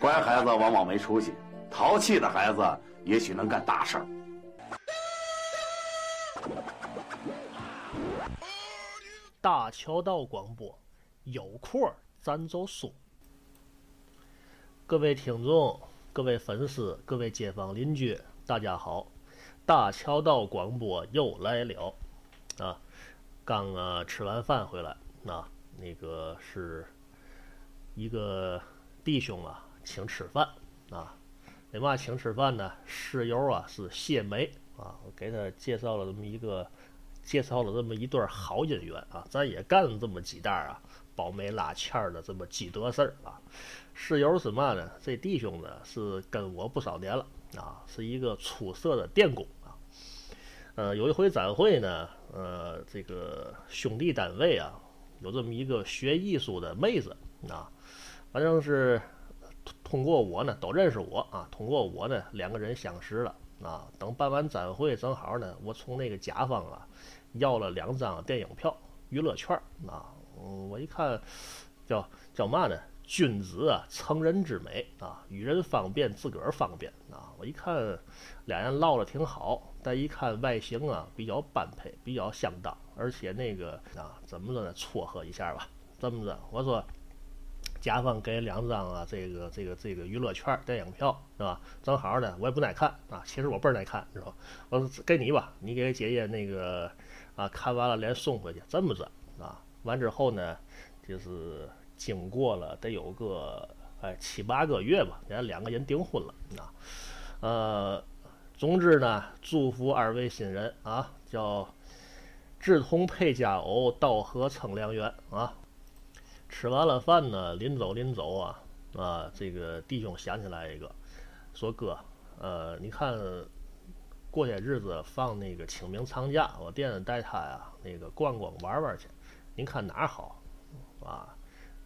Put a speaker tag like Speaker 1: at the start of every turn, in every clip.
Speaker 1: 乖孩子往往没出息，淘气的孩子也许能干大事儿。
Speaker 2: 大桥道广播，有空儿咱就说。各位听众、各位粉丝、各位街坊邻居，大家好！大桥道广播又来了啊！刚啊吃完饭回来，啊，那个是一个弟兄啊，请吃饭啊。为嘛请吃饭呢？室友啊是谢梅啊，我给他介绍了这么一个介绍了这么一对儿好姻缘啊，咱也干了这么几单儿啊，保媒拉纤儿的这么几得事儿啊。室友是嘛呢？这弟兄呢是跟我不少年了啊，是一个出色的电工啊。呃，有一回展会呢，呃，这个兄弟单位啊，有这么一个学艺术的妹子啊，反正是通过我呢都认识我啊，通过我呢两个人相识了啊。等办完展会，正好呢，我从那个甲方啊要了两张电影票，娱乐券儿啊。嗯，我一看叫叫嘛呢？君子啊，成人之美啊，与人方便，自个儿方便啊。我一看，俩人唠的挺好，但一看外形啊，比较般配，比较相当，而且那个啊，怎么着呢，撮合一下吧。这么着，我说甲方给两张啊，这个这个这个娱乐券电影票是吧？正好呢，我也不爱看啊，其实我倍儿爱看，是吧？我说给你吧，你给姐姐那个啊，看完了连送回去，这么着啊。完之后呢，就是经过了得有个哎七八个月吧，人家两个人订婚了啊。呃，总之呢，祝福二位新人啊，叫志同配佳偶，道合称良缘啊。吃完了饭呢，临走临走啊啊，这个弟兄想起来一个，说哥，呃，你看过些日子放那个清明长假，我惦着带他呀那个逛逛玩玩去，您看哪儿好啊？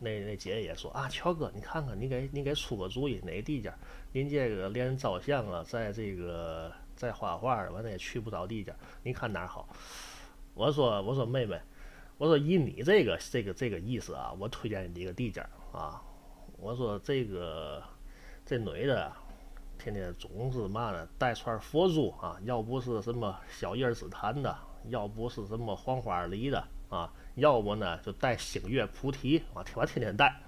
Speaker 2: 那那姐也说啊，乔哥，你看看，你给你给出个主意，哪个地界儿？您这个连照相啊，在这个在画画儿，完了也去不着地界儿，您看哪儿好？我说我说妹妹，我说以你这个这个这个意思啊，我推荐你一个地界儿啊。我说这个这女的啊天天总是嘛呢，带串佛珠啊，要不是什么小叶紫檀的，要不是什么黄花梨的啊，要不呢就带星月菩提啊，天天天带。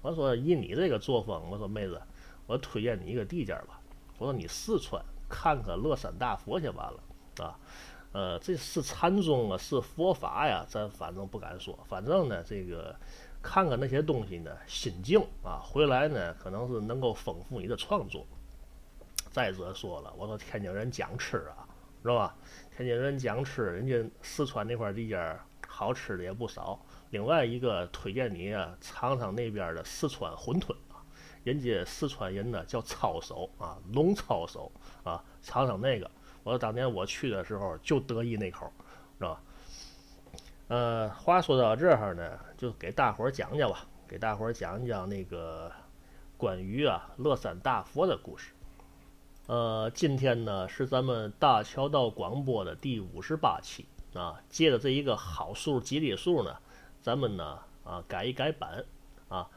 Speaker 2: 我说以你这个作风，我说妹子，我推荐你一个地界儿吧。我说你四川看看乐山大佛去完了啊。呃，这是禅宗啊，是佛法呀，咱反正不敢说。反正呢，这个看看那些东西呢，心境啊，回来呢，可能是能够丰富你的创作。再者说了，我说天津人讲吃啊，是吧？天津人讲吃，人家四川那块地界儿好吃的也不少。另外一个推荐你啊，尝尝那边的四川馄饨啊，人家四川人呢叫抄手啊，龙抄手啊，尝尝那个。我说当年我去的时候就得意那口，是吧？呃，话说到这儿呢，就给大伙儿讲讲吧，给大伙儿讲讲那个关于啊乐山大佛的故事。呃，今天呢是咱们大桥道广播的第五十八期啊，借着这一个好数吉利数呢，咱们呢啊改一改版啊，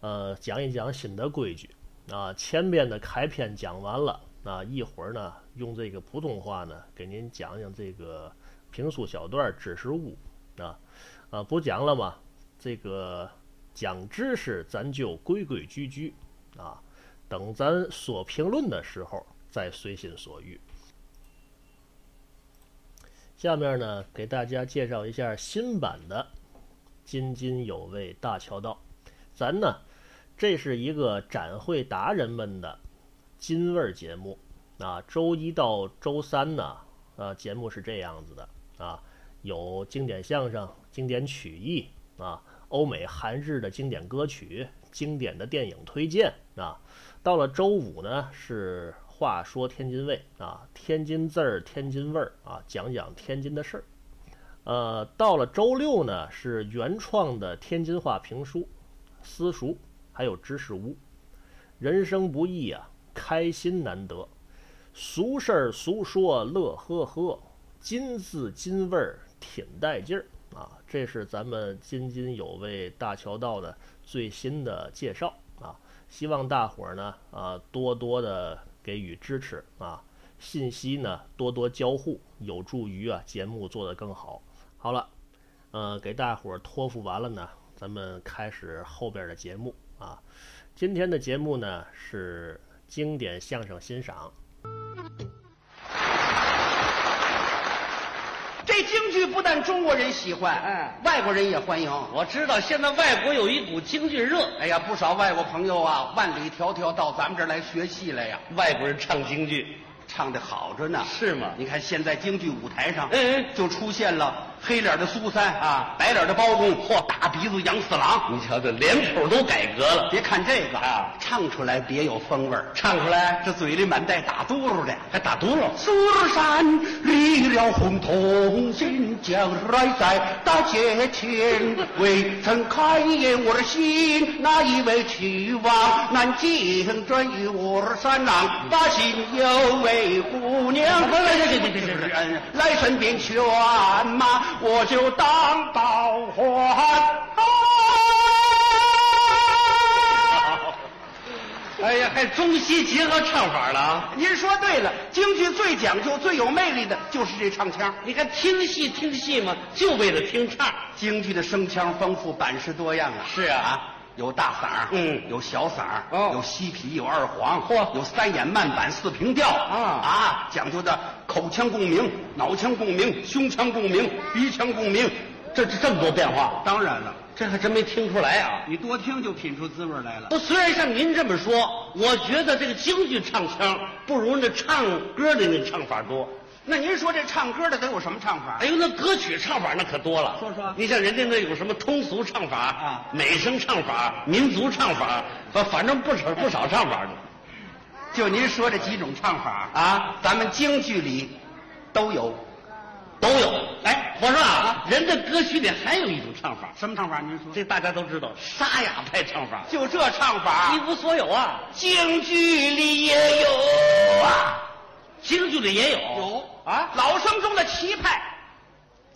Speaker 2: 呃讲一讲新的规矩啊。前面的开篇讲完了。那一会儿呢，用这个普通话呢，给您讲讲这个评书小段知识屋啊，啊不讲了嘛，这个讲知识咱就规规矩矩啊，等咱说评论的时候再随心所欲。下面呢，给大家介绍一下新版的《津津有味大桥道》，咱呢，这是一个展会达人们的。津味儿节目啊，周一到周三呢，呃、啊，节目是这样子的啊，有经典相声、经典曲艺啊，欧美韩日的经典歌曲、经典的电影推荐啊。到了周五呢，是话说天津卫啊，天津字儿、天津味儿啊，讲讲天津的事儿。呃，到了周六呢，是原创的天津话评书、私塾，还有知识屋。人生不易啊。开心难得，俗事儿俗说乐呵呵，津字津味儿挺带劲儿啊！这是咱们津津有味大桥道的最新的介绍啊，希望大伙儿呢啊多多的给予支持啊，信息呢多多交互，有助于啊节目做得更好。好了，呃，给大伙儿托付完了呢，咱们开始后边的节目啊。今天的节目呢是经典相声欣赏，
Speaker 3: 这京剧不但中国人喜欢，
Speaker 4: 嗯
Speaker 3: 外国人也欢迎。
Speaker 4: 我知道现在外国有一股京剧热，
Speaker 3: 哎呀，不少外国朋友啊，万里迢迢到咱们这儿来学戏来呀，
Speaker 4: 外国人唱京剧，
Speaker 3: 唱的好着呢。
Speaker 4: 是吗
Speaker 3: 你看现在京剧舞台上，
Speaker 4: 嗯嗯
Speaker 3: 就出现了黑脸的苏三啊，白脸的包公，嚯，大鼻子杨四郎。
Speaker 4: 你瞧这脸谱都改革了，
Speaker 3: 别看这个
Speaker 4: 啊
Speaker 3: 唱出来别有风味儿，
Speaker 4: 唱出来
Speaker 3: 这嘴里满带打嘟噜的。
Speaker 4: 还打嘟噜，
Speaker 3: 苏日山立了红铜新疆来在大街前，未曾开眼我的心，那一位去往南京转于我的山
Speaker 4: 嗯
Speaker 3: 郎，把心有位姑娘，嗯来身边劝马，我就当保环。
Speaker 4: 哎呀，还中西结合唱法了啊！
Speaker 3: 您说对了，京剧最讲究、最有魅力的就是这唱腔。
Speaker 4: 你看听戏听戏嘛，就为了听唱，
Speaker 3: 京剧的声腔丰富，版式多样啊。
Speaker 4: 是啊
Speaker 3: 有大嗓儿，
Speaker 4: 嗯
Speaker 3: 有小嗓儿，
Speaker 4: 哦
Speaker 3: 有西皮，有二黄，
Speaker 4: 嚯
Speaker 3: 有三眼慢板、四平调
Speaker 4: 啊
Speaker 3: 啊，讲究的口腔共鸣、脑腔共鸣、胸腔共鸣、鼻腔共鸣。
Speaker 4: 这这这么多变化，
Speaker 3: 当然了，
Speaker 4: 这还真没听出来啊！
Speaker 3: 你多听就品出滋味来了。
Speaker 4: 不，虽然像您这么说，我觉得这个京剧唱腔不如那唱歌的那唱法多。
Speaker 3: 那您说这唱歌的得有什么唱法
Speaker 4: 哎？呦，那歌曲唱法那可多了。
Speaker 3: 说说
Speaker 4: 你像人家那有什么通俗唱法
Speaker 3: 啊
Speaker 4: 美声唱法、民族唱法，反反正不少不少唱法呢。
Speaker 3: 就您说这几种唱法
Speaker 4: 啊，
Speaker 3: 咱们京剧里都有。
Speaker 4: 都有。哎，我说啊，人的歌曲里还有一种唱法，
Speaker 3: 什么唱法？您说
Speaker 4: 这大家都知道，沙哑派唱法，
Speaker 3: 就这唱法
Speaker 4: 一无所有啊。
Speaker 3: 京剧里也有啊。
Speaker 4: 京剧里也有。
Speaker 3: 有啊，老生中的奇派，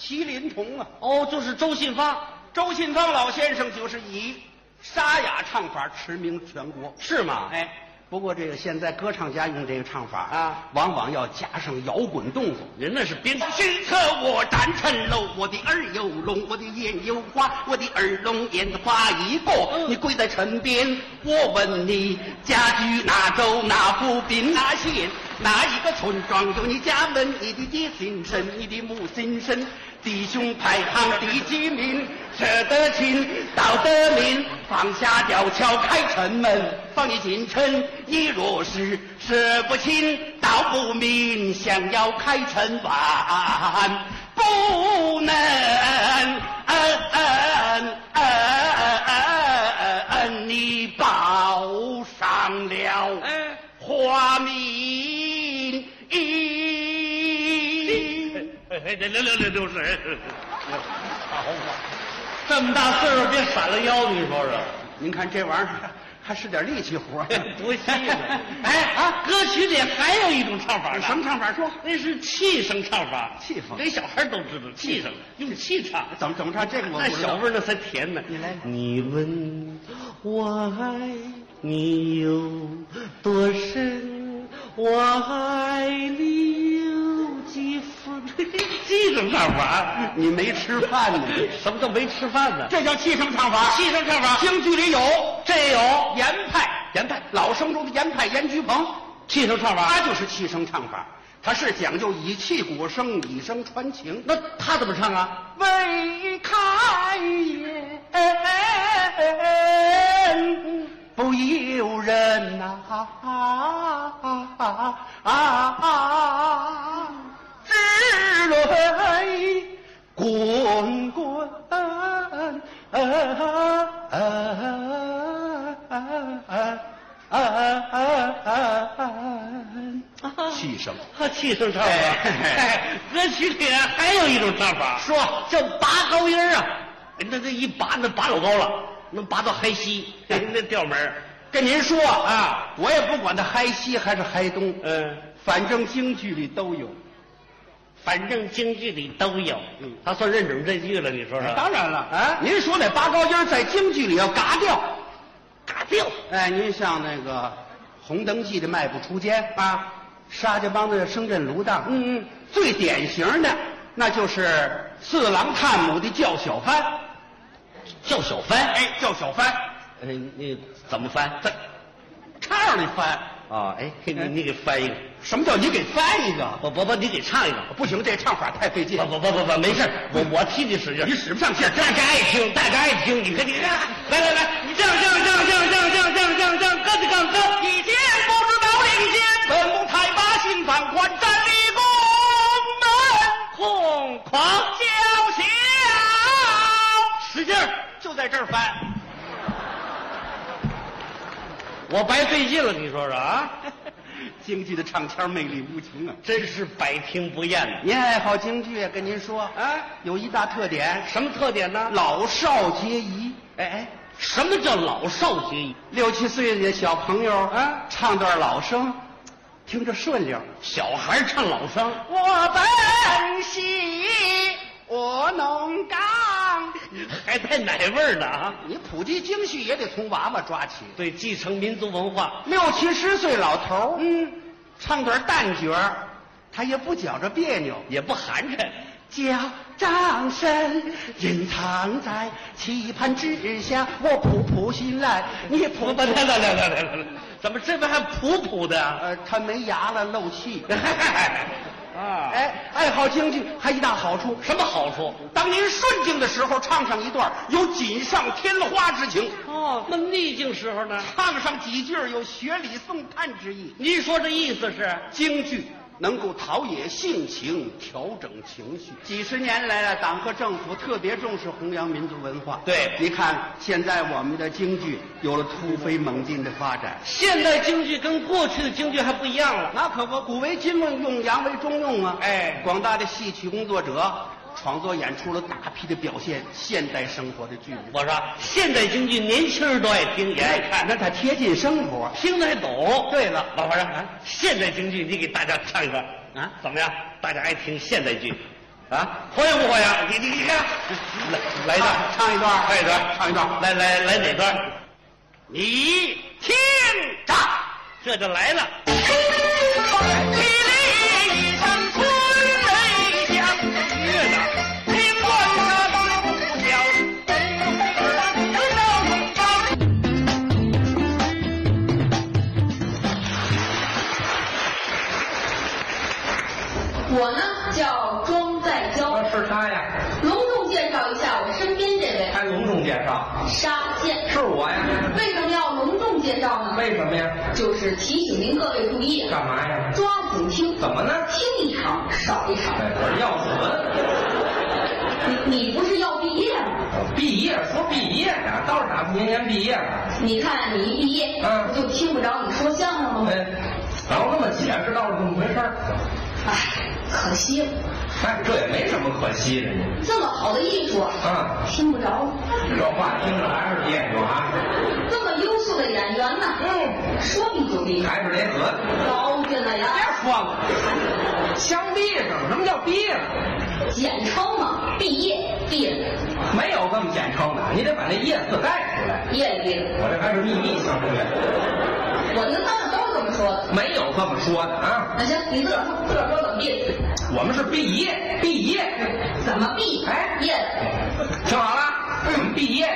Speaker 3: 麒麟童啊，
Speaker 4: 哦，就是周信发，
Speaker 3: 周信芳老先生就是以沙哑唱法驰名全国。
Speaker 4: 是吗？，
Speaker 3: 哎，不过这个现在歌唱家用这个唱法
Speaker 4: 啊，
Speaker 3: 往往要加上摇滚动作。
Speaker 4: 人那是编
Speaker 3: 时
Speaker 4: 曲。
Speaker 3: 刻我胆趁漏，我的耳有聋，我的眼有花，我的耳聋眼花一个。你跪在城边，我问你家居哪州哪府滨哪县哪一个村庄有你家门？你的爹姓甚？你的母姓甚？弟兄排行第几名？舍得亲，道得民，放下吊桥开城门，放你进城。你若是舍不亲，道不明，想要开城晚不能。你报上了
Speaker 4: 哎，
Speaker 3: 花名。
Speaker 4: 哎哎，这六六六六 十，好嘛，这么大岁数别闪了腰，你说说。，
Speaker 3: 您看这玩意儿 还是点力气活 儿
Speaker 4: 多稀呢！哎
Speaker 3: 哎
Speaker 4: 啊，
Speaker 3: 啊，
Speaker 4: 歌曲里还有一种唱 法呢，
Speaker 3: 什么？唱法说？
Speaker 4: 啊那是 气声唱法，
Speaker 3: 气法
Speaker 4: 连小孩都知道，气声用气唱。
Speaker 3: 怎么怎么唱？这个我
Speaker 4: 那
Speaker 3: 不知
Speaker 4: 小
Speaker 3: 道
Speaker 4: 味。儿那才甜呢。
Speaker 3: 你来
Speaker 4: 你问我爱你有多深，我爱你有几分。 气声唱法，
Speaker 3: 你没吃饭 呢？
Speaker 4: 什么叫没吃饭呢？
Speaker 3: 这叫气声唱法。
Speaker 4: 气声唱法
Speaker 3: 京剧里有
Speaker 4: 这有
Speaker 3: 严派，
Speaker 4: 严派
Speaker 3: 老生中的严派严菊鹏，
Speaker 4: 气声唱
Speaker 3: 他
Speaker 4: 法，
Speaker 3: 就是气声唱法，他是讲究以气裹声，以声传情。
Speaker 4: 那他怎么唱啊？
Speaker 3: 未开眼，不由人呐、啊啊之泪滚滚。气声，
Speaker 4: 啊，气声唱法，
Speaker 3: 哎
Speaker 4: 哎，歌曲里还有一种唱法，
Speaker 3: 说
Speaker 4: 叫拔高音儿啊，哎那那一拔，那拔老高了，能拔到嗨西，哎那调门儿
Speaker 3: 跟您说
Speaker 4: 啊，
Speaker 3: 我也不管他嗨西还是嗨东，
Speaker 4: 嗯，
Speaker 3: 反正京剧里都有。
Speaker 4: 反正京剧里都有，
Speaker 3: 嗯
Speaker 4: 他算认准这句了，你说说，
Speaker 3: 哎当然了，
Speaker 4: 啊
Speaker 3: 您说那拔高音儿在京剧里要嘎掉，
Speaker 4: 嘎
Speaker 3: 六。
Speaker 5: 哎，您像那个红灯记的卖不 出街啊，沙家浜的声震芦荡，嗯嗯，最典型的那就是四郎探母的叫小番。
Speaker 3: 叫小翻，
Speaker 5: 哎，叫小番，哎，你
Speaker 3: 怎么翻？
Speaker 5: 这唱里翻
Speaker 3: 啊，哎，给你你给翻一个，
Speaker 5: 什么叫你给翻一个？
Speaker 3: 不不不，你给唱一个。
Speaker 5: 不行，这唱法太费劲嗯
Speaker 3: 不。不不不不，没事儿，我我替你使劲儿。
Speaker 5: 你使不上劲儿
Speaker 3: 大家爱听，大家爱听。你看你看，来来来，你这样这样这样这样这样这样这样这样这样，干着干着。
Speaker 5: 以前不知道领先，本不太把心反还，站立功门空狂叫嚣，使劲儿就在这儿翻。
Speaker 3: 我白费劲了，你说说 啊？
Speaker 5: 京剧的唱腔魅力无穷啊！
Speaker 3: 真是百听不厌呐。
Speaker 5: 您爱好京剧，跟您说啊，
Speaker 3: 哎
Speaker 5: 有一大特点，
Speaker 3: 什么特点呢？
Speaker 5: 老少皆宜。
Speaker 3: 哎哎，什么叫老少皆宜？
Speaker 5: 六七岁的小朋友啊，唱段老生，听着顺溜。
Speaker 3: 小孩儿唱老生，
Speaker 5: 我本戏，我能干。
Speaker 3: 还带奶味儿呢啊！
Speaker 5: 你普及京戏也得从娃娃抓起。
Speaker 3: 对，继承民族文化，
Speaker 5: 六七十岁老头儿，嗯，唱段旦角儿，他也不觉着别扭。
Speaker 3: 也不寒碜。
Speaker 5: 叫掌声隐藏在棋盘之下，我苦苦 心来，你
Speaker 3: 不
Speaker 5: 不
Speaker 3: 不，来来来来来来来，怎么这边还普普的啊？
Speaker 5: 呃，他没牙了，漏气。
Speaker 3: 啊哎，
Speaker 5: 哎，爱好京剧还一大好处，
Speaker 3: 什么好处？
Speaker 5: 当您顺境的时候，唱上一段有锦上添花之情；
Speaker 3: 哦，那逆境时候呢？
Speaker 5: 唱上几句有雪里送炭之意。
Speaker 3: 您说这意思是？
Speaker 5: 京剧能够陶冶性情，调整情绪。几十年来啊，党和政府特别重视弘扬民族文化。
Speaker 3: 对
Speaker 5: 你看现在我们的京剧有了突飞猛进的发展。
Speaker 3: 现代京剧跟过去的京剧还不一样了。
Speaker 5: 那可不，古为今用，用洋为中用啊！
Speaker 3: 哎
Speaker 5: 广大的戏曲工作者创作演出了大批的表现现代生活的剧目，
Speaker 3: 我说现代京剧年轻人都爱听，也爱看，
Speaker 5: 那它贴近生活。
Speaker 3: 听得还懂。
Speaker 5: 对了
Speaker 3: 老婆啊，现代京剧你给大家唱一个
Speaker 5: 啊
Speaker 3: 怎么样？大家爱听现代剧，啊，活跃不活跃？你你你看，来来一段，
Speaker 5: 唱一段
Speaker 3: 唱一段，
Speaker 5: 唱一段
Speaker 3: 来来来哪段？
Speaker 5: 你听着，
Speaker 3: 这就来了。
Speaker 5: 霹雳一声春雷响，
Speaker 3: 乐呢？
Speaker 5: 听乱了锣鼓响，人到中高。
Speaker 6: 我呢叫庄再娇，
Speaker 5: 是他呀，
Speaker 6: 隆重介绍一下我身边这位
Speaker 5: 还隆重介绍，
Speaker 6: 沙县。
Speaker 5: 是我呀？
Speaker 6: 为什么要隆重介绍呢？
Speaker 5: 为什么呀？
Speaker 6: 就是提醒您各位注意，啊
Speaker 5: 干嘛呀？
Speaker 6: 抓紧听，
Speaker 5: 怎么呢？
Speaker 6: 听一场少一场。
Speaker 5: 哎，我是要死！
Speaker 6: 你你不是要毕业吗？
Speaker 5: 毕业说毕业呀，倒是打算明年毕业了。
Speaker 6: 你看你一毕业，
Speaker 5: 嗯
Speaker 6: 不就听不着你说相声了吗？
Speaker 5: 哎，然后这么解释倒是这么回事儿。
Speaker 6: 唉，哎可惜了，
Speaker 5: 哎，这也没什么可惜的。
Speaker 6: 这么好的艺术啊，
Speaker 5: 啊，
Speaker 6: 听不着。
Speaker 5: 这话听着还是别扭啊，
Speaker 6: 这么优秀的演员呢，嗯，说厉就厉，
Speaker 5: 还是得合。
Speaker 6: 糟践了呀，
Speaker 5: 说了，枪毙上，什么叫毙上？
Speaker 6: 简称嘛，毕业，毕业，
Speaker 5: 没有这么简称的，你得把那“业”字带出来。
Speaker 6: 业毕业。
Speaker 5: 我这还是秘密相学，
Speaker 6: 我听他们都是这么说的。
Speaker 5: 没有这么说的啊。
Speaker 6: 那行，你自个儿说自个儿说怎么地？
Speaker 5: 我们是毕业，毕业，
Speaker 6: 怎么嗯地？
Speaker 5: 哎
Speaker 6: 耶！
Speaker 5: 听好了，我们毕业，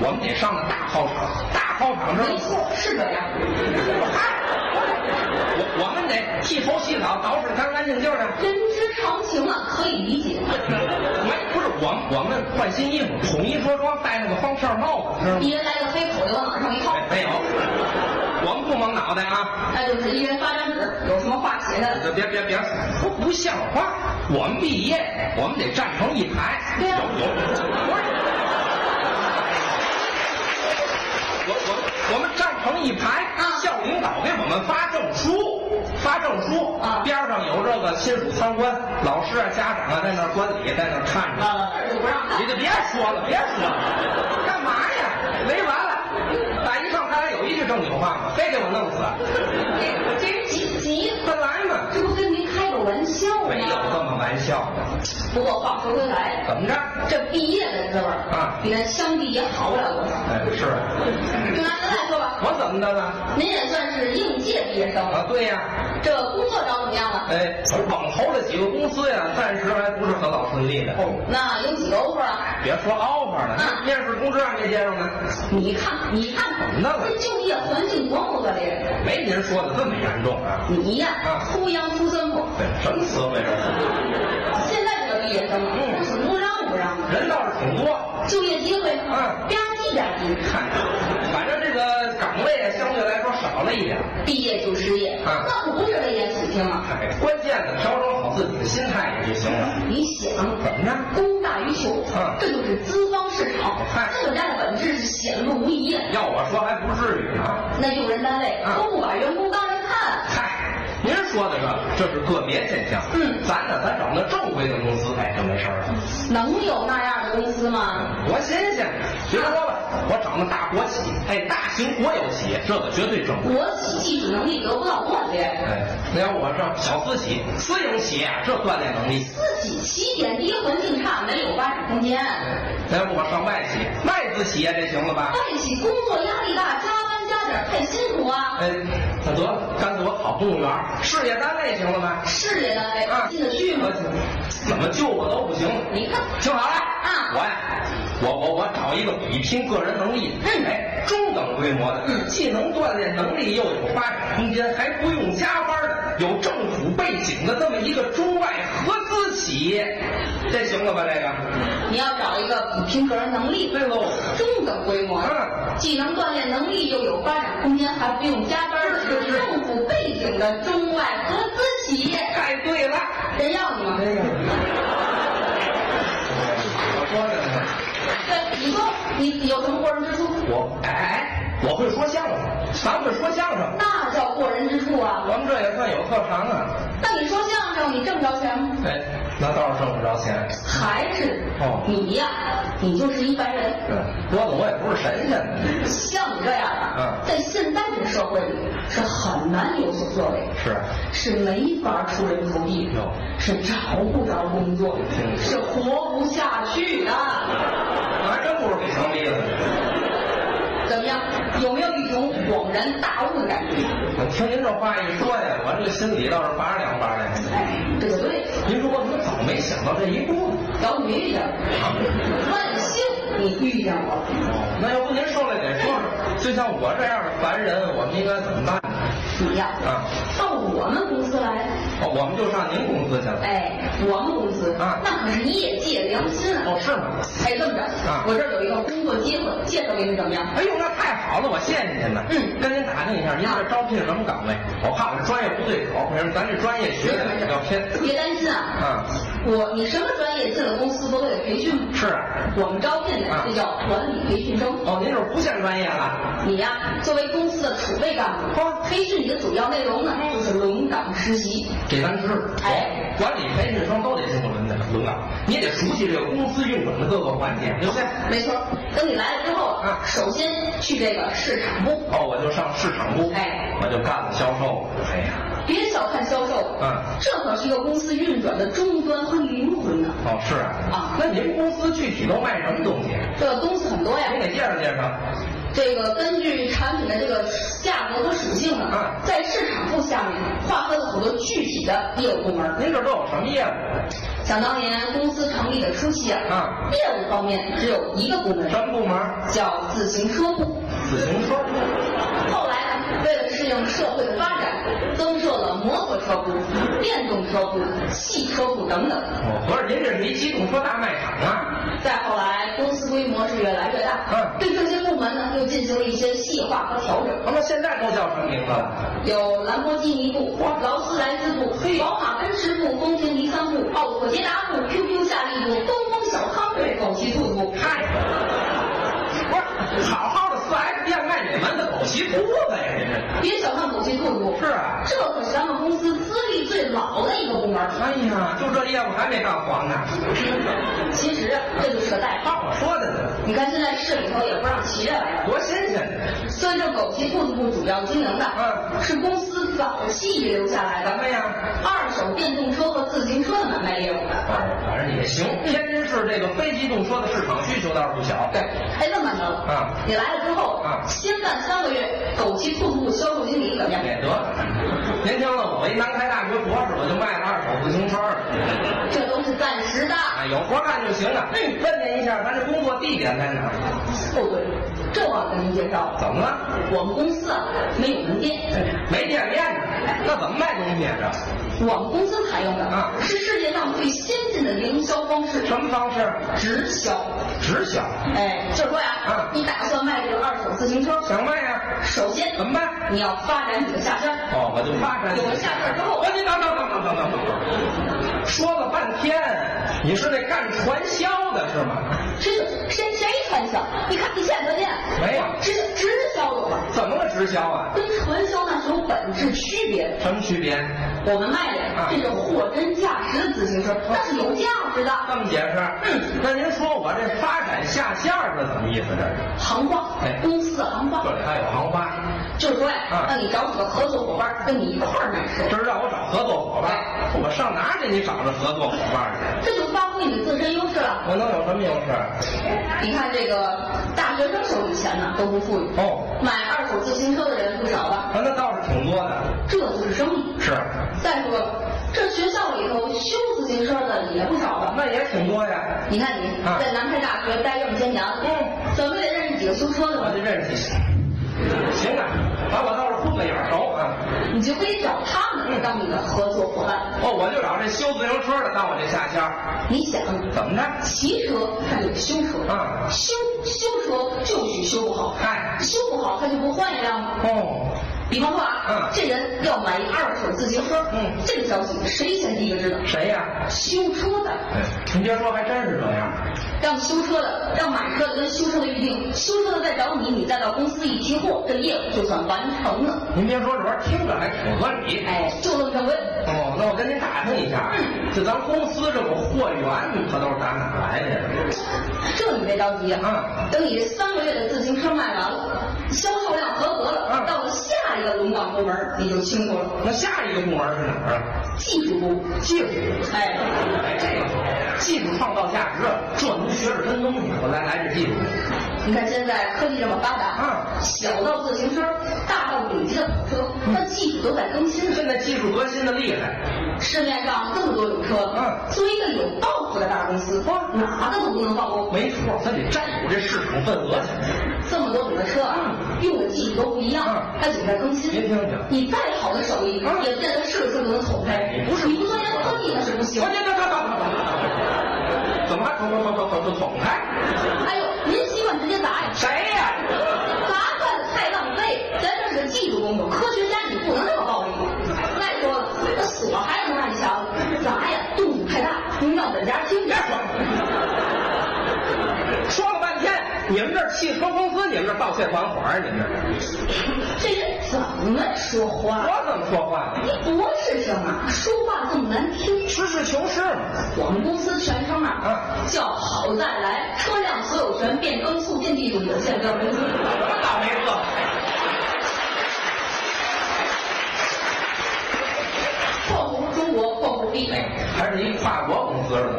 Speaker 5: 我们得上大考场，大考场
Speaker 6: 没
Speaker 5: 上，
Speaker 6: 错，是这样。哎
Speaker 5: 我我们得剃头洗澡，捯饬得干干净净的。
Speaker 6: 人之常情啊，可以理解。
Speaker 5: 没，哎不是我们，我们换新衣服，统一着装，戴那个方片帽子，知道吗？
Speaker 6: 一人来个黑口袋，往上一套，
Speaker 5: 没没有，我们不蒙脑袋啊！
Speaker 6: 那就是一人发张纸，有什么话写下来。
Speaker 5: 别别别，不不像话！我们毕业，我们得站成一排。
Speaker 6: 对呀
Speaker 5: 有有，不是。我我我们站成一排，
Speaker 6: 啊
Speaker 5: 校领导给我们发证书，发证书
Speaker 6: 啊
Speaker 5: 边上有这个亲属参观，老师啊、家长啊在那儿观礼，在那儿看着。
Speaker 6: 这儿就不让
Speaker 5: 你
Speaker 6: 看。
Speaker 5: 就别说了，别说了，干嘛呀？没完了！打一上台来有一句正经话吗？非给我弄死？啊
Speaker 6: 这这人急急，
Speaker 5: 本来嘛，
Speaker 6: 这不跟您开个玩笑
Speaker 5: 没有
Speaker 6: 吗？
Speaker 5: 这么玩笑的，
Speaker 6: 不过话说回来，
Speaker 5: 怎么着？
Speaker 6: 这毕业的哥们儿
Speaker 5: 啊
Speaker 6: 比那枪毙也好不了多少。
Speaker 5: 哎，是，
Speaker 6: 就拿您来说吧，
Speaker 5: 我怎么的了？
Speaker 6: 您也算是应届毕业生，
Speaker 5: 啊，对呀，
Speaker 6: 这工作找怎么样了？
Speaker 5: 哎，我网投了几个公司呀，暂时还不是很老顺利的。哦，
Speaker 6: 那有几个 offer 啊？
Speaker 5: 别说 offer 了，面试啊通知让这接上呢，
Speaker 6: 你看，你看
Speaker 5: 怎么弄啊
Speaker 6: 这就业环境多么恶劣！
Speaker 5: 没您说的这么严重啊。
Speaker 6: 你呀、
Speaker 5: 啊
Speaker 6: 出洋出生活，
Speaker 5: 对，什么词汇啊？
Speaker 6: 现在这个毕业生啊，
Speaker 5: 嗯
Speaker 6: 不是不让不让的，
Speaker 5: 人倒是挺多，
Speaker 6: 就业机会
Speaker 5: 嗯
Speaker 6: 吧唧吧唧，
Speaker 5: 看，反正这个岗位啊，相对来说少了一点。
Speaker 6: 毕业就失业，
Speaker 5: 啊
Speaker 6: 那可不是危言耸听啊！
Speaker 5: 哎，关键的调整好自己的心态也就行了。
Speaker 6: 你想
Speaker 5: 怎么着？
Speaker 6: 供大于求，
Speaker 5: 嗯
Speaker 6: 这就是资方市场，
Speaker 5: 嗨
Speaker 6: 资本家的本质是显露无遗。
Speaker 5: 要我说还不至于呢。
Speaker 6: 那用人单位
Speaker 5: 嗯
Speaker 6: 都不把员工当人看，
Speaker 5: 嗨，您说的这这是个别现象。
Speaker 6: 嗯
Speaker 5: 咱呢，咱找那正规的公司，哎，就没事儿了。
Speaker 6: 能有那样的公司吗？
Speaker 5: 多新鲜！别说了，我找那大国企，哎，大型国有企业，这个绝对正规。
Speaker 6: 国企技术能力得不到锻炼，
Speaker 5: 哎，那要我这小私企、私营企业，这锻炼能力。
Speaker 6: 自己起点低，环境差，没有发展空间。
Speaker 5: 那要哎我上外企、外资企业，这行了吧？
Speaker 6: 外企工作压力大，加班加点太辛苦啊。
Speaker 5: 哎，那得干脆我考公务员、事业单位行了吧？
Speaker 6: 事业单位进得去吗
Speaker 5: 我？怎么救我都不行。
Speaker 6: 你看，
Speaker 5: 听好了，
Speaker 6: 啊
Speaker 5: 我呀，我我我找一个比拼个人能力，
Speaker 6: 嗯
Speaker 5: 哎，中等规模的，既能锻炼能力，又有发展空间，还不用加班的，有政府背景的这么一个中外合资企业，这行了吧？这个，
Speaker 6: 你要找一个比拼个人能力、
Speaker 5: 对喽，
Speaker 6: 中等规模的
Speaker 5: 嗯，
Speaker 6: 既能锻炼能力，又有发展空间，还不用加班的，有政府背景的中外合资企业，
Speaker 5: 太哎对了。
Speaker 6: 人要你吗？
Speaker 5: 哎呀，我说这呢，
Speaker 6: 对，你说你有什么过人之处？
Speaker 5: 我哎哎，我会说相声，咱会说相声，
Speaker 6: 那叫过人之处啊！
Speaker 5: 我们这也算有特长啊。
Speaker 6: 那你说相声，你挣着钱吗？
Speaker 5: 哎，那倒是挣不着钱。
Speaker 6: 还是
Speaker 5: 哦
Speaker 6: 你呀、你就是一凡人。
Speaker 5: 嗯，郭总我也不是神仙，
Speaker 6: 像你这样的，
Speaker 5: 嗯
Speaker 6: 在现代这社会里是很难有所作为，
Speaker 5: 是
Speaker 6: 是没法出人头地
Speaker 5: 哟，
Speaker 6: 是找不着工作，
Speaker 5: 嗯
Speaker 6: 是活不下去的。
Speaker 5: 我还真不是给成立的。
Speaker 6: 怎么样？有没有一种恍然大悟的感觉？
Speaker 5: 我听您这话一说呀，我这个心里倒是拔凉拔凉。
Speaker 6: 哎，这就对了。
Speaker 5: 您说我怎么早没想到这一步呢？
Speaker 6: 要不你遇见我，万幸你遇见我。
Speaker 5: 那要不您说来得说说，就像我这样的凡人，我们应该怎么办呢？
Speaker 6: 你呀、
Speaker 5: 啊，
Speaker 6: 到我们公司来，
Speaker 5: 哦，我们就上您公司去了。
Speaker 6: 哎，我们公司、
Speaker 5: 啊
Speaker 6: 那可是业界良心啊。
Speaker 5: 哦，是吗？
Speaker 6: 哎，这么着，
Speaker 5: 啊
Speaker 6: 我这儿有一个工作机会，介绍给你怎么样？
Speaker 5: 哎呦，那太好了，我谢谢您呢。
Speaker 6: 嗯
Speaker 5: 跟您打听一下，您这招聘什么岗位？我怕我这专业不对口，可是咱这专业学的比较偏。
Speaker 6: 别担心啊，
Speaker 5: 啊，
Speaker 6: 我你什么专业进了公司不都得培训吗？
Speaker 5: 是啊。
Speaker 6: 我们招聘的
Speaker 5: 啊
Speaker 6: 这叫管理培训生。
Speaker 5: 哦，您是不限专业了？
Speaker 6: 你呀、作为公司的储备干部，
Speaker 5: 哦哎
Speaker 6: 培训你的主要内容呢就是轮岗实习。
Speaker 5: 给咱吃。
Speaker 6: 哎，
Speaker 5: 管理培训生都得经过轮的轮岗，你也得熟悉这个公司运转的各个环节，对不对？
Speaker 6: 没错，等你来了之后
Speaker 5: 啊
Speaker 6: 首先去这个市场部，
Speaker 5: 哦，我就上市场部，
Speaker 6: 哎
Speaker 5: 我就干了销售。哎呀，
Speaker 6: 别小看销售，
Speaker 5: 嗯
Speaker 6: 这可是一个公司运转的终端和灵魂呢、
Speaker 5: 哦是啊，
Speaker 6: 啊
Speaker 5: 那您公司具体都卖什么东西？
Speaker 6: 这个东西很多呀，
Speaker 5: 您给介绍介绍。
Speaker 6: 这个根据产品的这个价格和属性呢，
Speaker 5: 嗯
Speaker 6: 在市场部下面划分了很多具体的业务部门。
Speaker 5: 您这都有什么业务？
Speaker 6: 想当年公司成立的初期啊，
Speaker 5: 嗯
Speaker 6: 业务方面只有一个部门，
Speaker 5: 什么部门？
Speaker 6: 叫自行车部。
Speaker 5: 自行车。
Speaker 6: 后来呢，为了适应社会的发展，增设了摩托车部、电动车部、汽车部等等。
Speaker 5: 哦，合着您这是一机动车大卖场啊？
Speaker 6: 再后来，公司规模是越来越大，
Speaker 5: 嗯
Speaker 6: 对这些部门呢又进行了一些细化和调整。
Speaker 5: 那么现在都叫什么名字了？
Speaker 6: 有兰博基尼部、劳斯莱斯部、宝马奔驰部、丰田尼桑部、奥拓捷达部、QQ 夏利部、东风小康部、狗急兔子部。
Speaker 5: 嗨，不是好好的四 S 店卖你们的狗皮裤子呀？您这
Speaker 6: 别小看狗急兔子部，
Speaker 5: 是啊
Speaker 6: 这可是咱们公司资历最老的一个部门。
Speaker 5: 哎呀，就这业务还没干黄呢。
Speaker 6: 其实啊，这就是个代号。
Speaker 5: 我说的呢，
Speaker 6: 你看现在市里头也不让骑着来了。
Speaker 5: 多新鲜！
Speaker 6: 所以这狗急兔子部主要经营的
Speaker 5: 嗯
Speaker 6: 是公司从早期遗留下来
Speaker 5: 什
Speaker 6: 的
Speaker 5: 么呀？
Speaker 6: 二手电动车和自行车的买卖也有的。
Speaker 5: 啊，反正也行。天津市这个非机动车的市场需求倒是不小。
Speaker 6: 对，哎，这么着，
Speaker 5: 啊
Speaker 6: 你来了之后，
Speaker 5: 啊
Speaker 6: 先干三个月枸杞兔兔销售经理怎么样？
Speaker 5: 也得，您听了我一南开大学博士，我就卖了二手自行车了。
Speaker 6: 这都是暂时的，
Speaker 5: 啊，有活干就行了。嗯，问您一下，咱这工作地点在哪儿？
Speaker 6: 不对，这我要跟您介绍，
Speaker 5: 怎么了？
Speaker 6: 我们公司啊没有门店，
Speaker 5: 没店面呢？那怎么卖东西啊？
Speaker 6: 我们公司采用的
Speaker 5: 啊
Speaker 6: 是世界上最先进的营销方式
Speaker 5: 这，什么方式？
Speaker 6: 直销。
Speaker 5: 直销。
Speaker 6: 哎，就说呀，
Speaker 5: 啊
Speaker 6: 你打算卖这个二手自行车，
Speaker 5: 想卖呀？
Speaker 6: 首先
Speaker 5: 怎么办？
Speaker 6: 你要发展你的下线。
Speaker 5: 哦，我就发展
Speaker 6: 有了下线之后哎
Speaker 5: 我，你等等等等等等等，说了半天，你是那干传销的是吗？
Speaker 6: 谁谁谁传销？你看你见没见？
Speaker 5: 没有
Speaker 6: 直直销有吗？
Speaker 5: 怎么个直销啊？
Speaker 6: 跟传销那是有本质区别的。
Speaker 5: 什么区别？
Speaker 6: 我们卖的
Speaker 5: 啊
Speaker 6: 这是货真价实的自行车，那是有价值的。
Speaker 5: 这么解释？那您说我这发展下线儿是怎么意思？这是？
Speaker 6: 行话
Speaker 5: 哎，
Speaker 6: 公司的行话，
Speaker 5: 这里还有行话，
Speaker 6: 就是说呀
Speaker 5: 啊，
Speaker 6: 让你找几个合作伙伴跟你一块儿卖车，
Speaker 5: 这是让我找合作伙伴，我上哪儿给你找着合作伙伴去？
Speaker 6: 这就发挥你自身优势了。
Speaker 5: 我能有什么优势？啊
Speaker 6: 你看这个大学生手里钱呢都不富裕，
Speaker 5: 哦，
Speaker 6: 买二手自行车的人不少吧？
Speaker 5: 啊那倒是挺多的。
Speaker 6: 这就是生意。
Speaker 5: 是，
Speaker 6: 再说了，这学校里头修自行车的也不少吧？
Speaker 5: 那也挺多呀。
Speaker 6: 你看你
Speaker 5: 啊
Speaker 6: 在南开大学待这么些年了，
Speaker 5: 嗯
Speaker 6: 怎么也认识几个修车的
Speaker 5: 我
Speaker 6: 吧
Speaker 5: 就？认识些。行啊，反正我倒是混个眼熟啊。
Speaker 6: 你就可以找他们当你的合作伙伴。
Speaker 5: 哦，我就找这修自行车的当我这下线儿
Speaker 6: 你想，
Speaker 5: 怎么着？
Speaker 6: 骑车它得修车，
Speaker 5: 啊
Speaker 6: 修修车就许修不好，
Speaker 5: 哎
Speaker 6: 修不好他就不换一辆吗？
Speaker 5: 哦，
Speaker 6: 比方说啊，
Speaker 5: 嗯
Speaker 6: 这人要买一二手自行车，
Speaker 5: 嗯
Speaker 6: 这个消息谁先第一个知道？
Speaker 5: 谁呀？
Speaker 6: 修车的，
Speaker 5: 您别说，还真是这样。
Speaker 6: 让修车的，让买车的跟修车的预定，修车的再找你，你再到公司一批货，这业务就算完成了。
Speaker 5: 您别说，这玩意儿听着还挺合理。
Speaker 6: 哎，就这么正规。
Speaker 5: 哦，那我跟您打听一下，就咱公司这个货源，他都是打哪来的呀？
Speaker 6: 这你别着急啊
Speaker 5: 嗯
Speaker 6: 等你这三个月的自行车卖完了，销售量合格了，
Speaker 5: 嗯
Speaker 6: 到了下一个轮岗部门你就清楚了，
Speaker 5: 那下一个部门是哪儿啊？
Speaker 6: 技术部。
Speaker 5: 技术。
Speaker 6: 哎，
Speaker 5: 哎，这个好技术创造价值，这能学着真东西。我来来这技术。
Speaker 6: 你看现在科技这么发达，啊
Speaker 5: 嗯
Speaker 6: 小到自行车，大到顶级的跑车，那技术都在更新
Speaker 5: 现在技术革新的厉害，
Speaker 6: 市面上这么多种车，
Speaker 5: 嗯
Speaker 6: 作为一个有抱负的大公司，哪个都不能放过。
Speaker 5: 没错，咱得占有这市场份额去。
Speaker 6: 这么多种的车啊，用的技术都不一样
Speaker 5: 嗯，
Speaker 6: 它总在更新。
Speaker 5: 您听听
Speaker 6: 你再好的手艺，
Speaker 5: 嗯
Speaker 6: 也不见得试试就能捅开。
Speaker 5: 不是
Speaker 6: 你不钻研科技那是不行
Speaker 5: 我。这这这这，怎么还捅捅捅捅捅捅开？
Speaker 6: 哎呦，您习惯直接砸呀？
Speaker 5: 谁呀？
Speaker 6: 砸坏了太浪费，咱这是个技术工种，科学家你不能这么暴力。再说了，那锁还能让你强，砸呀动静太大，能让本家听
Speaker 5: 别
Speaker 6: 见。
Speaker 5: 说了，说了半天，你们这儿汽车公司，你们这儿盗窃团伙啊，你们这儿，
Speaker 6: 这人怎么说话？
Speaker 5: 我怎么说话呢？
Speaker 6: 你博士生啊，说话这么难听。
Speaker 5: 实事求是嘛。
Speaker 6: 我们公司全称啊，
Speaker 5: 嗯
Speaker 6: 叫“好再来”，车辆所有权变更促进技术有限责任公司。
Speaker 5: 我倒霉了，
Speaker 6: 括弧中国括弧地，
Speaker 5: 还是一跨国公司是吧？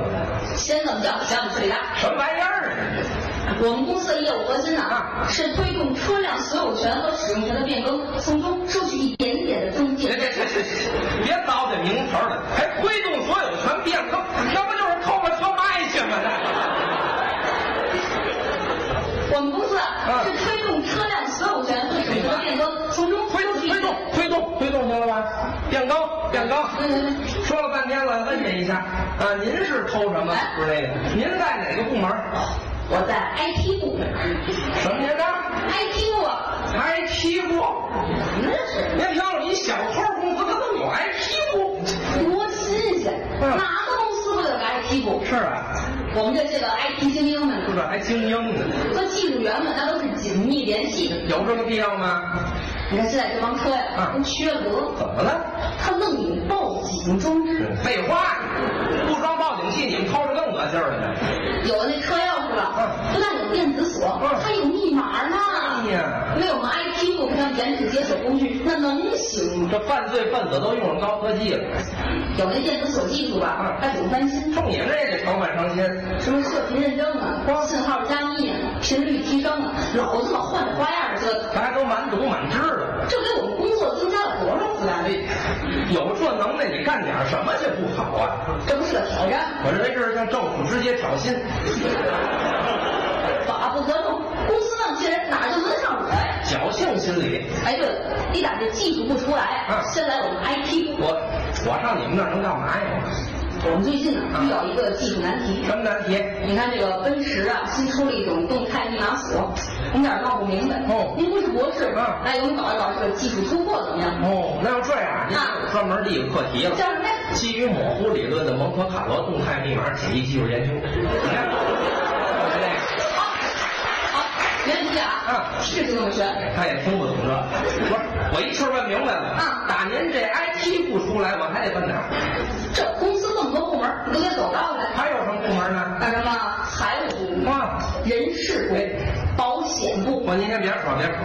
Speaker 6: 先这么叫，想怎么大。
Speaker 5: 什么玩意儿啊？
Speaker 6: 我们公司的业务核心呢、啊，是推动车辆所有权和使用权的变更，从中收取一点点的中
Speaker 5: 这
Speaker 6: 介
Speaker 5: 这。这这这，别糟践名词了，还推动所有权变更，那不就是偷我车卖去吗？ 那
Speaker 6: 我们公司啊，
Speaker 5: 啊
Speaker 6: 是推动车辆所有权和使用权的变更，从中
Speaker 5: 推动推动推动推动，行了吧？变更变更。
Speaker 6: 嗯，
Speaker 5: 说了半天了，问您一下啊，您是偷什么？不是那个，您在哪个部门？
Speaker 6: 哎我在 IT 部门
Speaker 5: 什么您呢
Speaker 6: ，IT 部啊，
Speaker 5: ？IT 部。
Speaker 6: 那是。
Speaker 5: 您听着，一小偷公司，他怎么有 IT 部？
Speaker 6: 多新鲜！
Speaker 5: 嗯
Speaker 6: 哪个公司不有个 IT 部？
Speaker 5: 是啊，
Speaker 6: 我们这些个 IT 精英
Speaker 5: 是
Speaker 6: 们
Speaker 5: 不是还精英呢？
Speaker 6: 和技术员们，那都是紧密联系的。
Speaker 5: 有这个必要吗？
Speaker 6: 你看现在这帮车呀，
Speaker 5: 嗯
Speaker 6: 都缺额，
Speaker 5: 怎么了？
Speaker 6: 它愣引报警装置，
Speaker 5: 废话，不装报警器，你们偷着更得劲儿了。
Speaker 6: 有那车钥匙了了，就那种电子锁，它有密码呢。没有我们 IT 我跟它原始解锁工具，那能行吗？
Speaker 5: 这犯罪分子都用上高科技了，
Speaker 6: 有那电子锁技术吧，还挺翻新。
Speaker 5: 冲你们这也得成本上心。
Speaker 6: 什么射频认证啊，光信号加密啊，频率提升啊，老这么换着花样折腾，
Speaker 5: 咱还都满赌满智了，
Speaker 6: 这给我们工作增加了多少负担力？
Speaker 5: 有这能耐你干点什么去不好啊？
Speaker 6: 这不是个挑战，
Speaker 5: 我认为这是向政府直接挑衅。
Speaker 6: 法啊不责众，公司那么些人哪就轮上我呀？
Speaker 5: 侥幸心理。
Speaker 6: 哎，对了，你打这技术不出来，
Speaker 5: 嗯
Speaker 6: 先来我们 IT。
Speaker 5: 我我上你们那儿能干嘛呀？
Speaker 6: 我们最近啊
Speaker 5: 嗯
Speaker 6: 遇到一个技术难题，
Speaker 5: 什么难题？
Speaker 6: 你看这个奔驰啊，新出了一种动态密码锁，我们有点闹不明白。
Speaker 5: 哦
Speaker 6: 您不是博士，
Speaker 5: 嗯
Speaker 6: 哎，我们搞一搞这个技术突破怎么样？
Speaker 5: 哦，那要这样，您给我专门立个课题了
Speaker 6: 叫。什么呀？
Speaker 5: 基于模糊理论的蒙可卡罗动态密码解析技术研究，你看，我
Speaker 6: 好，没问题啊，
Speaker 5: 嗯
Speaker 6: 是就那么
Speaker 5: 这
Speaker 6: 悬。
Speaker 5: 他也听不懂这，不是我一事儿问明白了。
Speaker 6: 啊
Speaker 5: 打您这 IT 不出来，我还得问哪儿？
Speaker 6: 这公司那么多部门，你都得走道来。
Speaker 5: 还有什么部门呢？
Speaker 6: 干什么？财务部、
Speaker 5: 啊，
Speaker 6: 人事部、保险部。
Speaker 5: 我您先别说别说，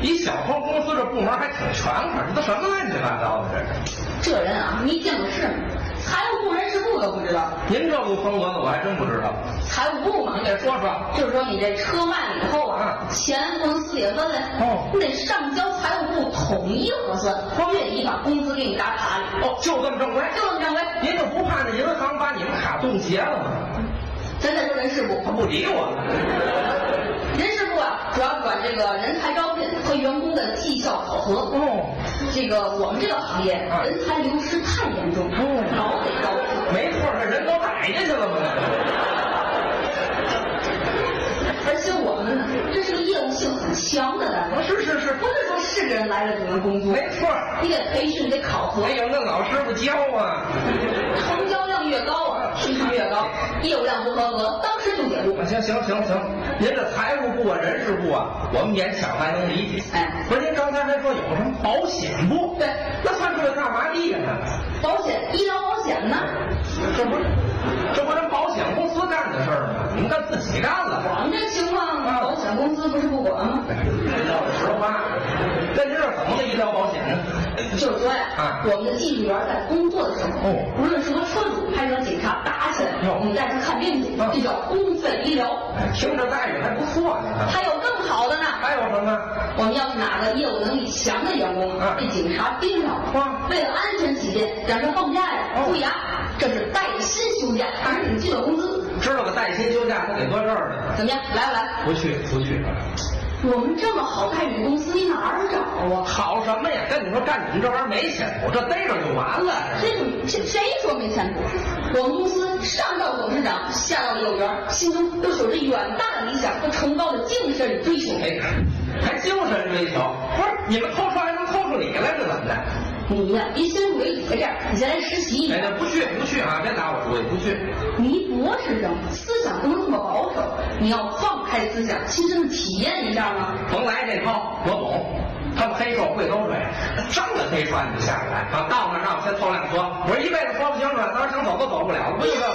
Speaker 5: 一小偷公司这部门还挺全乎，这都什么乱七八糟的这是？
Speaker 6: 这人啊，没见过世面，财务部、人事部都不知道。
Speaker 5: 您这股风格的我还真不知道。
Speaker 6: 财务部嘛，
Speaker 5: 您给说说。
Speaker 6: 就是说你这车卖了以后啊，
Speaker 5: 嗯
Speaker 6: 钱公司也分了，
Speaker 5: 哦
Speaker 6: 你得上交财务部统一核算，月底把工资给你打卡里，
Speaker 5: 哦，就这么正规。
Speaker 6: 就这么认为。
Speaker 5: 您就不怕那银行把你们卡冻结了吗？
Speaker 6: 咱再说人事部，
Speaker 5: 他不理我了。
Speaker 6: 人事部啊，主要管这个人才招聘和员工的绩效考核。
Speaker 5: 哦，
Speaker 6: 这个我们这个行业
Speaker 5: 嗯
Speaker 6: 人才流失太严重，
Speaker 5: 哦
Speaker 6: 老得招聘。
Speaker 5: 没错，这人都打下去了吗？
Speaker 6: 而且我们呢，这是个业务性很强的单位，
Speaker 5: 是是是
Speaker 6: 不是说是个人来了就能工作，
Speaker 5: 没错，
Speaker 6: 你得培训，你得考核
Speaker 5: 没，有那老师傅教啊。
Speaker 6: 成交量越高啊，提成越高，业务量不合格，当时就解雇。
Speaker 5: 啊行行行行，您这财务部啊、人事部啊，我们勉强还能理解。
Speaker 6: 哎
Speaker 5: 不是您刚才还说有什么保险部？
Speaker 6: 对
Speaker 5: 那算出来干嘛的呀？
Speaker 6: 保险、医疗保险呢，
Speaker 5: 这不是，这不是保险公司干的事儿吗？你们干自己干了。
Speaker 6: 我们这情况，啊保险公司不是不管吗？
Speaker 5: 要实话，那您是怎么个医疗保险呢？
Speaker 6: 就是说呀
Speaker 5: 啊，
Speaker 6: 我们的技术员在工作的时候
Speaker 5: 哦，
Speaker 6: 无论是和车主还是和警察打起来
Speaker 5: 哟，
Speaker 6: 我们带他看病去，
Speaker 5: 嗯
Speaker 6: 这叫公费医疗。
Speaker 5: 哎听着待遇还不错呢。
Speaker 6: 还有更好的呢，
Speaker 5: 还有什么？
Speaker 6: 我们要是哪个业务能力强的员工
Speaker 5: 啊
Speaker 6: 被警察盯上了
Speaker 5: 啊，
Speaker 6: 为了安全起见，让他放假呀，
Speaker 5: 哦
Speaker 6: 注意啊，这是带薪休假，而且你记到工资。
Speaker 5: 知道个带薪休假，他得搁这儿呢。
Speaker 6: 怎么样？来不来？
Speaker 5: 不去，不去。
Speaker 6: 我们这么好待遇的公司，你哪儿找啊？
Speaker 5: 好什么呀？跟你说，干你们这玩意儿没前途，这逮着就完了。
Speaker 6: 这种这谁说没前途？我们公司上到董事长，下到业务员，心中都是有着远大的理想和崇高的精神追求。
Speaker 5: 哎，还精神追求？不是，你们偷车还能偷出你来，是怎么的？
Speaker 6: 你呀、别先入为主的这样，你先来实习。
Speaker 5: 哎，不去，不去啊！别打我主意，不去。
Speaker 6: 你博士生，思想不能这么保守，你要放开思想，亲身的体验一下嘛。
Speaker 5: 甭来这套，我懂。他们黑社会都这样，上了黑船你就下不来啊！到那儿让我先偷辆车，我这一辈子说不清楚，当时想走都走不了，不就这吗？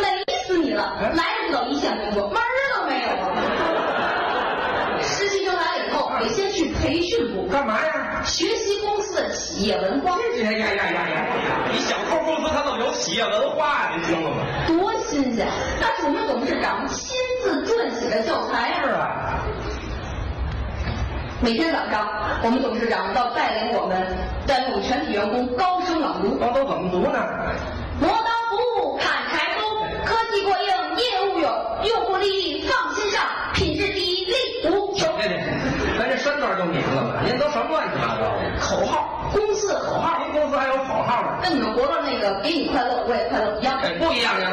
Speaker 6: 累死你了！
Speaker 5: 哎
Speaker 6: 来不到一线工作，门儿都没有啊！ 实习生来了以后，得先去培训部
Speaker 5: 干嘛呀？
Speaker 6: 学习公司的企业文化，
Speaker 5: 呀呀呀呀呀！你小偷公司他怎么有企业文化呀？您听了吗？
Speaker 6: 多新鲜！那是我们董事长亲自撰写的教材
Speaker 5: 是
Speaker 6: 啊！
Speaker 5: 啊，
Speaker 6: 每天早上，我们董事长要带领我们带领全体员工高声朗读：
Speaker 5: 那都怎么读呢？
Speaker 6: 磨刀不误砍柴工，
Speaker 5: 哎
Speaker 6: 科技过硬业务有，用户利益放心上，品质第一力无穷。
Speaker 5: 别别，咱这身段就明了吧？您都什么乱七八糟的？
Speaker 6: 口号，公司的口号。
Speaker 5: 您公司还有口号呢？
Speaker 6: 跟你们国乐那个给你快乐我也快乐一样。
Speaker 5: 哎，不一样呀，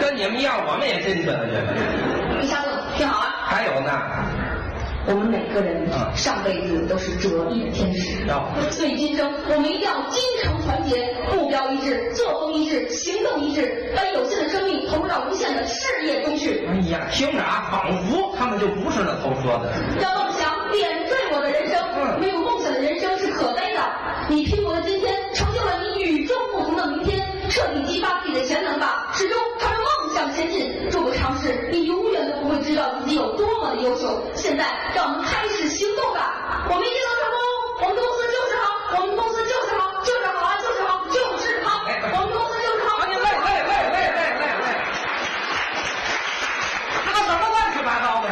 Speaker 5: 跟你们一样，我们也进去了，这
Speaker 6: 你下次听好了，
Speaker 5: 还有呢，
Speaker 6: 我们每个人
Speaker 5: 嗯
Speaker 6: 上辈子都是折翼的天使，
Speaker 5: 要
Speaker 6: 所以今生我们一定要精诚团结，目标一致，作风一致，行动一致，把有限的生命投入到无限的事业中去。
Speaker 5: 哎呀，听着啊，仿佛他们就不是那偷车的。
Speaker 6: 要梦想点缀我的人生，
Speaker 5: 嗯
Speaker 6: 没有梦想的人生是可悲的。你拼搏的今天，成就了你与众不同的明天，彻底激发自己的潜能吧，始终朝着梦想前进。若不尝试，你么优秀，现在让我们开始行动吧！我们一定能成功！我们公司就是好，我们公司就是好，就是好啊，就是好，就是好！我们公司就是好！
Speaker 5: 赶紧累累累累累累累，他什么乱七八糟的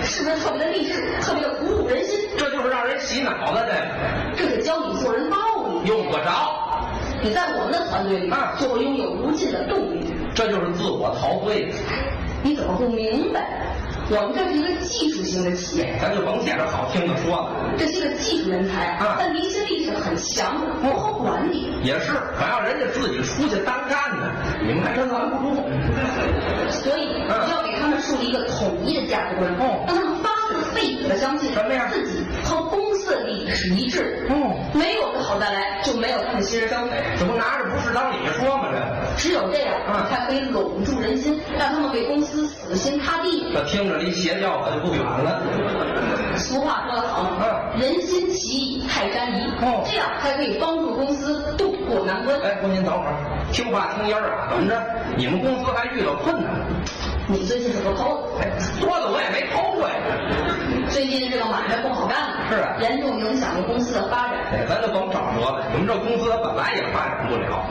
Speaker 5: 这是？
Speaker 6: 是不是特别的励志，特别的鼓舞人心？
Speaker 5: 这就是让人洗脑的，这
Speaker 6: 这得教你做人道理。
Speaker 5: 用不着，
Speaker 6: 你在我们的团队里
Speaker 5: 啊
Speaker 6: 就会拥有无尽的动力。
Speaker 5: 这就是自我陶醉。
Speaker 6: 你怎么不明白？我们这是一个技术型的企业，
Speaker 5: 咱就甭捡着好听的说了，
Speaker 6: 这是一个技术人才，
Speaker 5: 啊
Speaker 6: 但离心力是很强的，不好管理。
Speaker 5: 也是，反要人家自己出去单干呢，你们还真拦不住。嗯
Speaker 6: 所以你要给他们树立一个统一的价值观，
Speaker 5: 哦
Speaker 6: 让他们发自肺腑的相信
Speaker 5: 什么呀
Speaker 6: 自己和公司的利益是一致的。
Speaker 5: 哦，
Speaker 6: 没有的好带来，就没有他们心儿相
Speaker 5: 这不拿着不是当理说吗？这
Speaker 6: 只有这样，
Speaker 5: 嗯
Speaker 6: 才可以笼住人心，让他们为公司死心塌地。
Speaker 5: 这听着离邪教可就不远了。
Speaker 6: 俗话说得好，
Speaker 5: 嗯
Speaker 6: 人心齐意泰山移。
Speaker 5: 哦
Speaker 6: 这样才可以帮助公司渡过难关。
Speaker 5: 哎，姑您等会儿，听话听音儿啊，怎么着？你们公司还遇到困难？
Speaker 6: 你最近怎么抠？
Speaker 5: 哎，桌子我也没抠过呀。
Speaker 6: 最近这个买卖不好干了，
Speaker 5: 是啊
Speaker 6: 严重影响了公司的发展。
Speaker 5: 哎，咱就甭找辙了，你们这公司它本来也发展不了。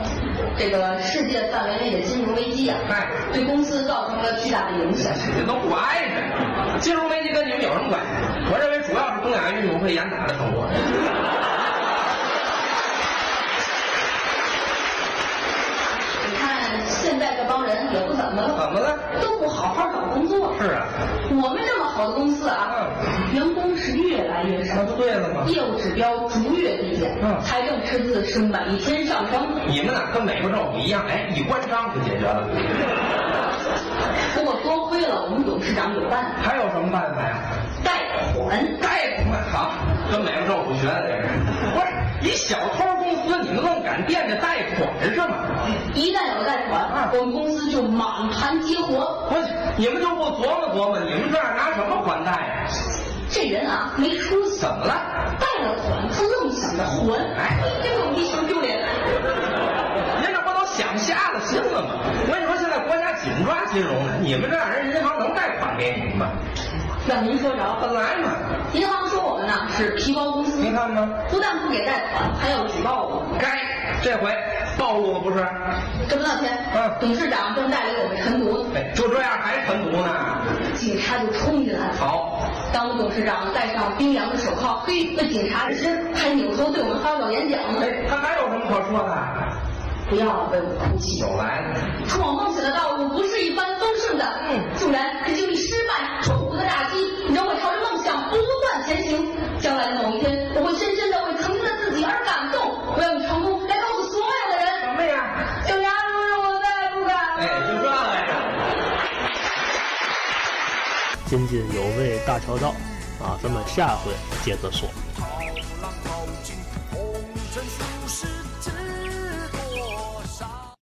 Speaker 6: 这个世界范围内的金融危机啊，
Speaker 5: 哎，
Speaker 6: 对公司造成了巨大的影响。
Speaker 5: 这都不挨着。金融危机跟你们有什么关系？我认为主要是东亚运动会严打的成果。
Speaker 6: 你看现在这帮人也不怎么了，
Speaker 5: 怎么了？
Speaker 6: 都不好好找工作。
Speaker 5: 嗯是嗯啊，
Speaker 6: 我们这么好的公司啊，员工是越来越少
Speaker 5: 那，不对了吗？
Speaker 6: 业务指标逐月递减，
Speaker 5: 嗯
Speaker 6: 财政赤字是每天上升。
Speaker 5: 你们哪跟美国政府一样？哎，一关张就解决了。
Speaker 6: 不过多亏了我们董事长有办法，
Speaker 5: 还有什么办法呀？
Speaker 6: 贷款。
Speaker 5: 贷款好，跟美国政府学的这是。不是，一小偷公司，你们愣敢惦着贷款是吗？
Speaker 6: 一旦有了贷款，我们公司就满盘皆活。
Speaker 5: 不是，你们就不琢磨琢磨，你们这样拿什么还贷呀？
Speaker 6: 这人啊，没出息
Speaker 5: 怎。么了？
Speaker 6: 贷了款，他愣想着还，哎，这给我们一群丢脸。
Speaker 5: 您这不都想瞎了心了吗？我跟你说，现在国家紧抓金融呢，你们这样人银行能贷款给你们吗？
Speaker 6: 让您说着，
Speaker 5: 本来嘛，
Speaker 6: 银行说我们呢是皮包公司，
Speaker 5: 您看吧，
Speaker 6: 不但不给贷款，还要举报我们。
Speaker 5: 该这回暴露了不是？
Speaker 6: 这么两天，
Speaker 5: 嗯
Speaker 6: 董事长正带领我们晨读呢，
Speaker 5: 哎，就这样还晨读呢？
Speaker 6: 警察就冲进来了。
Speaker 5: 好，
Speaker 6: 当董事长戴上冰凉的手铐，嘿，被警察身还扭头对我们发表演讲呢。
Speaker 5: 哎，他还有什么可说的？
Speaker 6: 不要为我哭泣，
Speaker 5: 有来了，
Speaker 6: 说我梦想的道路不是一帆风顺的，嗯，纵然是经历失败、痛苦的打击，仍我朝着梦想不断前行。将来的某一天，我会深深的为曾经的自己而感动。我要以成功来告诉所有的人，
Speaker 5: 什么呀？
Speaker 6: 警察叔叔，我再也不敢了。
Speaker 5: 哎，就这个呀。
Speaker 2: 津津有味大桥道啊，咱们下回接着说。
Speaker 7: 浪淘尽红尘俗世之